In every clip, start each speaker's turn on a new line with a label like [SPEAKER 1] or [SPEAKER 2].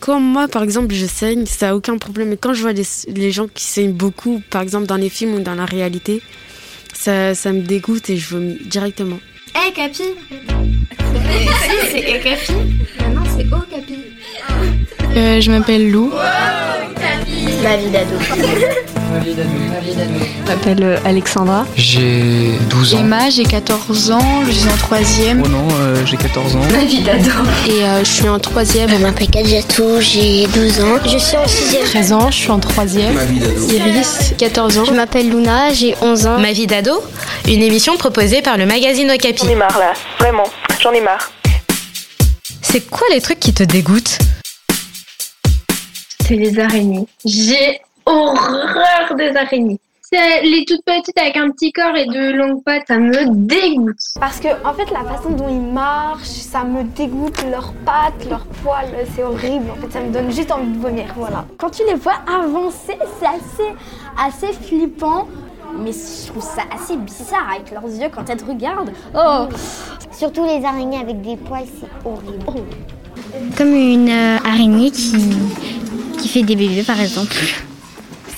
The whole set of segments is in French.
[SPEAKER 1] quand moi, par exemple, je saigne, ça a aucun problème. Mais quand je vois les, les gens qui saignent beaucoup, par exemple dans les films ou dans la réalité, ça, ça me dégoûte et je vomis directement.
[SPEAKER 2] Hé, Eh, Capi Si, c'est eh, Capi Maintenant, c'est O Capi.
[SPEAKER 3] Euh, je m'appelle Lou.
[SPEAKER 2] Ma vie d'ado.
[SPEAKER 3] Je m'appelle euh, Alexandra.
[SPEAKER 4] J'ai 12 ans.
[SPEAKER 3] Emma, j'ai 14 ans, je suis en troisième
[SPEAKER 4] Oh non, euh, j'ai 14 ans.
[SPEAKER 2] Ma vie d'ado.
[SPEAKER 3] et euh, je suis en troisième.
[SPEAKER 5] Je m'appelle Gadjatou, j'ai 12 ans. Je suis en 6
[SPEAKER 3] 13 ans, je suis en troisième.
[SPEAKER 4] Ma vie d'ado.
[SPEAKER 3] Iris, 14 ans.
[SPEAKER 5] Je m'appelle Luna, j'ai 11 ans.
[SPEAKER 6] Ma vie d'ado, une émission proposée par le magazine Okapi.
[SPEAKER 7] J'en ai marre là, vraiment, j'en ai marre.
[SPEAKER 6] C'est quoi les trucs qui te dégoûtent
[SPEAKER 2] C'est les araignées. J'ai horreur des araignées. C'est les toutes petites avec un petit corps et de longues pattes, ça me dégoûte.
[SPEAKER 8] Parce que, en fait, la façon dont ils marchent, ça me dégoûte leurs pattes, leurs poils, c'est horrible. En fait, ça me donne juste envie de vomir, voilà. Quand tu les vois avancer, c'est assez, assez flippant. Mais je trouve ça assez bizarre avec leurs yeux quand elles te regardent. Oh
[SPEAKER 5] Surtout les araignées avec des poils, c'est horrible.
[SPEAKER 9] Comme une euh, araignée qui, qui fait des bébés, par exemple.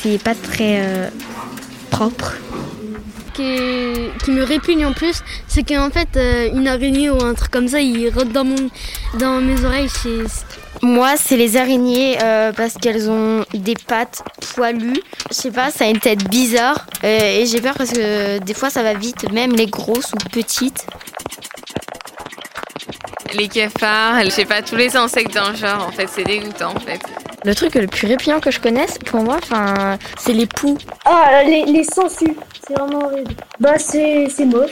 [SPEAKER 9] C'est pas très euh, propre.
[SPEAKER 10] qui, qui me répugne en plus, c'est qu'en fait, euh, une araignée ou un truc comme ça, il rentre dans, mon, dans mes oreilles. C'est
[SPEAKER 9] Moi, c'est les araignées euh, parce qu'elles ont des pattes poilues. Je sais pas, ça a une tête bizarre. euh, et j'ai peur parce que des fois, ça va vite, même les grosses ou petites.
[SPEAKER 11] Les cafards, je sais pas, tous les insectes dans le genre, en fait, c'est dégoûtant, en fait.
[SPEAKER 9] Le truc le plus répugnant que je connaisse, pour moi, enfin, c'est les poux.
[SPEAKER 8] Ah, les, les sangsues, c'est vraiment horrible. Bah, c'est c'est moche,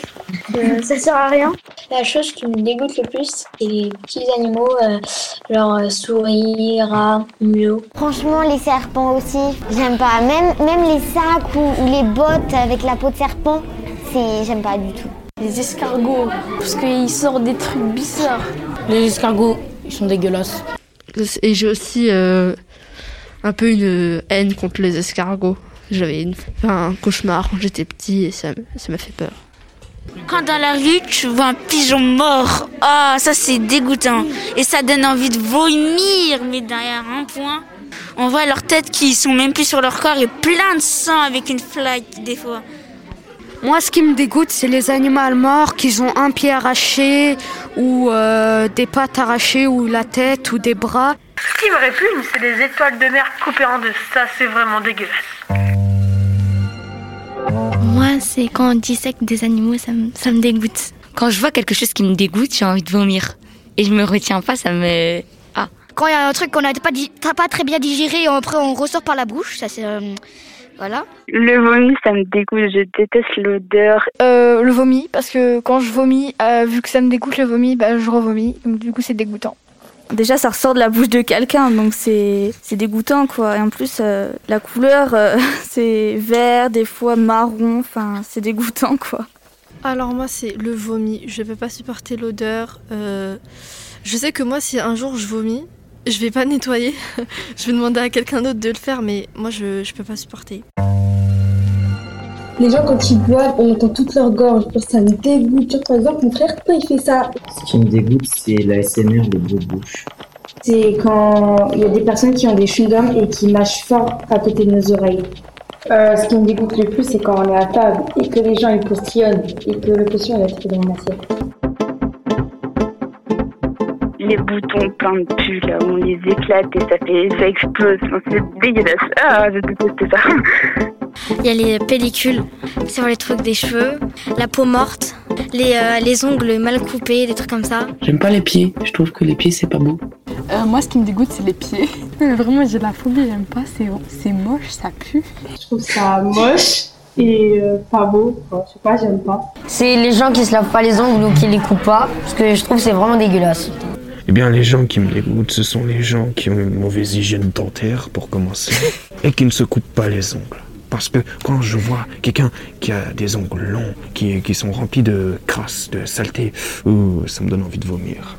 [SPEAKER 8] Euh, ça sert à rien.
[SPEAKER 7] La chose qui me dégoûte le plus, c'est les petits animaux, euh, genre euh, souris, rats, mulots.
[SPEAKER 5] Franchement, les serpents aussi, j'aime pas. Même, même les sacs ou, ou les bottes avec la peau de serpent, c'est j'aime pas du tout.
[SPEAKER 8] Les escargots, parce qu'ils sortent des trucs bizarres.
[SPEAKER 12] Les escargots, ils sont dégueulasses.
[SPEAKER 3] Et j'ai aussi euh, un peu une haine contre les escargots. J'avais une- enfin, un cauchemar quand j'étais petit et ça m- ça m'a fait peur.
[SPEAKER 12] Quand dans la rue, tu vois un pigeon mort, ah, ça c'est dégoûtant. Et ça donne envie de vomir, mais derrière un point, on voit leur tête qui sont même plus sur leur corps et plein de sang avec une flaque des fois.
[SPEAKER 10] Moi, ce qui me dégoûte, c'est les animaux morts qui ont un pied arraché ou euh, des pattes arrachées ou la tête ou des bras.
[SPEAKER 7] Ce qui me répugne, c'est les étoiles de mer coupées en deux. Ça, c'est vraiment dégueulasse.
[SPEAKER 9] Moi, c'est quand on dissèque des animaux, ça me, ça me dégoûte.
[SPEAKER 6] Quand je vois quelque chose qui me dégoûte, j'ai envie de vomir. Et je me retiens pas, ça me...
[SPEAKER 9] Quand il y a un truc qu'on n'a pas, di- t'as pas très bien digéré et après on ressort par la bouche, ça c'est. euh, voilà.
[SPEAKER 2] Le vomi, ça me dégoûte. Je déteste l'odeur
[SPEAKER 12] Euh, le vomi, parce que quand je vomis, euh, vu que ça me dégoûte le vomi, bah, je revomis. Donc du coup, c'est dégoûtant.
[SPEAKER 8] Déjà, ça ressort de la bouche de quelqu'un, donc c'est c'est dégoûtant, quoi. Et en plus, euh, la couleur, euh, c'est vert, des fois marron, enfin, c'est dégoûtant, quoi.
[SPEAKER 12] Alors moi c'est le vomi, je peux pas supporter l'odeur. Euh, je sais que moi si un jour je vomis, je vais pas nettoyer, je vais demander à quelqu'un d'autre de le faire mais moi je, je peux pas supporter.
[SPEAKER 8] Les gens, quand ils boivent, on entend toute leur gorge. Ça me dégoûte. Par exemple, mon frère, quand il fait ça
[SPEAKER 4] Ce qui me dégoûte, c'est la SMR de bruit de bouche.
[SPEAKER 8] C'est quand il y a des personnes qui ont des chewing-gums et qui mâchent fort à côté de nos oreilles. Euh, ce qui me dégoûte le plus, c'est quand on est à table et que les gens ils postillonnent et que le postillon est dans mon assiette.
[SPEAKER 2] Les boutons pleins de pulls, là, on les éclate et ça, fait, ça explose. Enfin, C'est dégueulasse. Ah, je déteste ça.
[SPEAKER 9] Il y a les pellicules sur les trucs des cheveux, la peau morte, les, euh, les ongles mal coupés, des trucs comme ça.
[SPEAKER 4] J'aime pas les pieds, je trouve que les pieds, c'est pas beau.
[SPEAKER 12] Euh, moi ce qui me dégoûte c'est les pieds. Vraiment j'ai la phobie, j'aime pas, c'est moche, ça pue.
[SPEAKER 8] Je trouve ça moche et euh, pas beau. Enfin, je sais pas, j'aime pas.
[SPEAKER 6] C'est les gens qui se lavent pas les ongles ou qui les coupent pas, parce que je trouve que c'est vraiment dégueulasse.
[SPEAKER 13] Eh bien, les gens qui me dégoûtent, ce sont les gens qui ont une mauvaise hygiène dentaire, pour commencer, et qui ne se coupent pas les ongles. Parce que quand je vois quelqu'un qui a des ongles longs, qui, qui sont remplis de crasse, de saleté, ouh, ça me donne envie de vomir.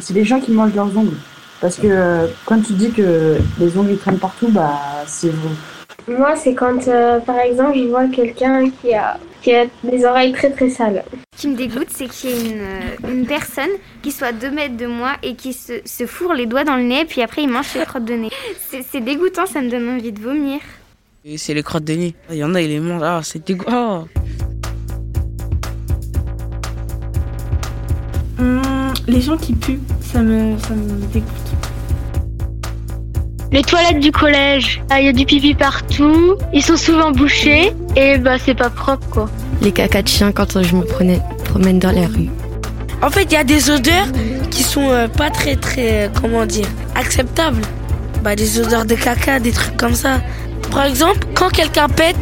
[SPEAKER 12] C'est les gens qui mangent leurs ongles. Parce que quand tu dis que les ongles ils traînent partout, bah c'est
[SPEAKER 2] Moi, c'est quand, euh, par exemple, je vois quelqu'un qui a, qui a des oreilles très très sales.
[SPEAKER 14] Ce qui me dégoûte, c'est qu'il y ait une, euh, une personne qui soit à deux mètres de moi et qui se, se fourre les doigts dans le nez, puis après il mange ses crottes de nez. C'est c'est dégoûtant, ça me donne envie de vomir.
[SPEAKER 15] Et c'est les crottes de nez. Il y en a, il les mange. Ah, c'est dégoût. Ah.
[SPEAKER 16] Hum, les gens qui puent, ça me, ça me dégoûte.
[SPEAKER 17] Les toilettes du collège, il y a du pipi partout, ils sont souvent bouchés et bah c'est pas propre quoi.
[SPEAKER 10] Les caca de chien quand je me prenais- promène dans la rue.
[SPEAKER 12] En fait, il y a des odeurs qui sont euh, pas très très euh, comment dire acceptables. Bah des odeurs de caca, des trucs comme ça. Par exemple, quand quelqu'un pète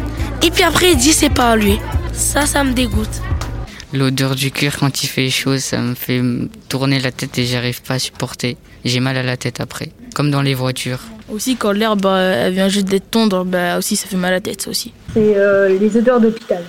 [SPEAKER 12] et puis après il dit c'est pas à lui. Ça, ça me dégoûte.
[SPEAKER 9] L'odeur du cuir quand il fait chaud, ça me fait me tourner la tête et j'arrive pas à supporter. J'ai mal à la tête après, comme dans les voitures.
[SPEAKER 18] Aussi, quand l'herbe euh, elle vient juste d'être tendre, bah aussi ça fait mal à la tête, ça aussi.
[SPEAKER 19] C'est euh, les odeurs d'hôpital.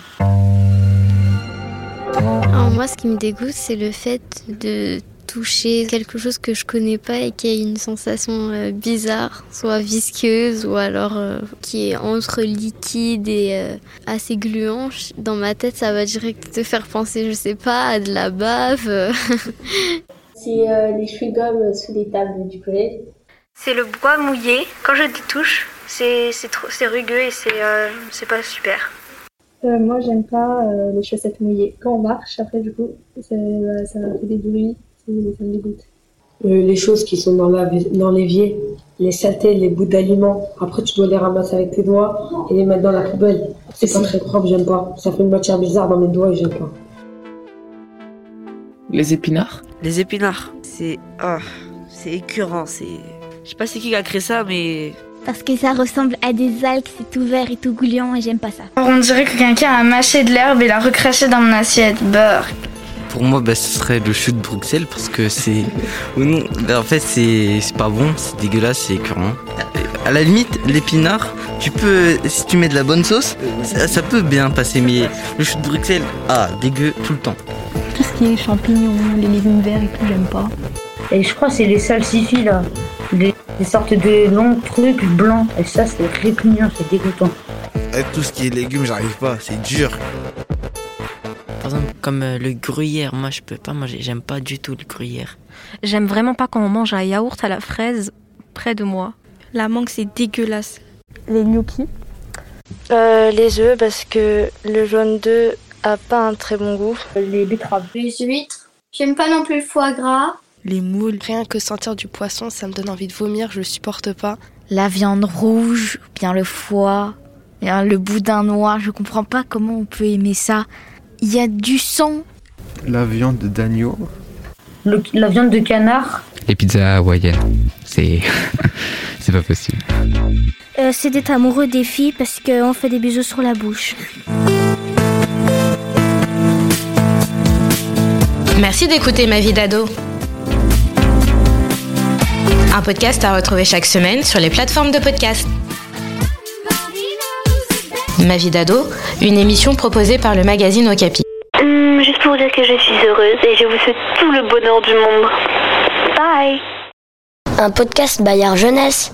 [SPEAKER 20] Alors moi, ce qui me dégoûte, c'est le fait de toucher quelque chose que je connais pas et qui a une sensation euh, bizarre, soit visqueuse ou alors euh, qui est entre liquide et euh, assez gluant. Je- Dans ma tête, ça va direct te faire penser, je sais pas, à de la bave.
[SPEAKER 21] C'est euh, les chewing-gums sous les tables du collège.
[SPEAKER 22] C'est le bois mouillé. Quand je le touche, c'est c'est trop- c'est rugueux et c'est euh, c'est pas super.
[SPEAKER 21] Euh, moi, j'aime pas euh, les chaussettes mouillées. Quand on marche, après, du coup, ça, ça fait des bruits, ça me dégoûte.
[SPEAKER 23] Euh, les choses qui sont dans la- dans l'évier, les saletés, les bouts d'aliments. Après, tu dois les ramasser avec tes doigts et les mettre dans la poubelle. C'est pas très propre, j'aime pas. Ça fait une matière bizarre dans mes doigts et j'aime pas.
[SPEAKER 24] Les épinards
[SPEAKER 25] Les épinards, c'est. ah, c'est écœurant, c'est. Je sais pas c'est qui qui a créé ça, mais.
[SPEAKER 26] Parce que ça ressemble à des algues, c'est tout vert et tout gluant et j'aime pas ça.
[SPEAKER 27] On dirait que quelqu'un a mâché de l'herbe et l'a recraché dans mon assiette. Beurre.
[SPEAKER 13] Pour moi, bah, ce serait le chou de Bruxelles parce que c'est. Ou non, bah, en fait, c'est c'est pas bon, c'est dégueulasse, c'est écœurant. À la limite, l'épinard, tu peux. Si tu mets de la bonne sauce, ça, ça peut bien passer, mais le chou de Bruxelles, ah, dégueu tout le temps.
[SPEAKER 28] Tout ce qui est champignons, les légumes verts et tout, j'aime pas.
[SPEAKER 29] Et je crois que c'est les salsifis là. Des, des sortes de longs trucs blancs. Et ça c'est répugnant, c'est dégoûtant.
[SPEAKER 30] Avec Eh, tout ce qui est légumes, j'arrive pas, c'est dur.
[SPEAKER 15] Par exemple, comme euh, le gruyère, moi je peux pas manger, j'aime pas du tout le gruyère.
[SPEAKER 30] J'aime vraiment pas quand on mange un yaourt à la fraise près de moi. La mangue, c'est dégueulasse.
[SPEAKER 31] Les gnocchis Euh, Les œufs, parce que le jaune d'œuf a pas un très bon goût. Les betteraves.
[SPEAKER 8] Les huîtres. J'aime pas non plus le foie gras.
[SPEAKER 32] Les moules. Rien que sentir du poisson, ça me donne envie de vomir, je le supporte pas.
[SPEAKER 33] La viande rouge, ou bien le foie, bien le boudin noir, je comprends pas comment on peut aimer ça. Il y a du sang.
[SPEAKER 34] La viande d'agneau.
[SPEAKER 29] Le- la viande de canard,
[SPEAKER 35] Les pizzas hawaïennes, c'est. c'est pas possible.
[SPEAKER 30] Euh, c'est d'être amoureux des filles parce qu'on fait des bisous sur la bouche.
[SPEAKER 8] Merci d'écouter Ma vie d'ado. Un podcast à retrouver chaque semaine sur les plateformes de podcast. Ma vie d'ado, une émission proposée par le magazine Okapi.
[SPEAKER 32] juste pour dire que je suis heureuse et je vous souhaite tout le bonheur du monde. Bye
[SPEAKER 33] Un podcast Bayard Jeunesse.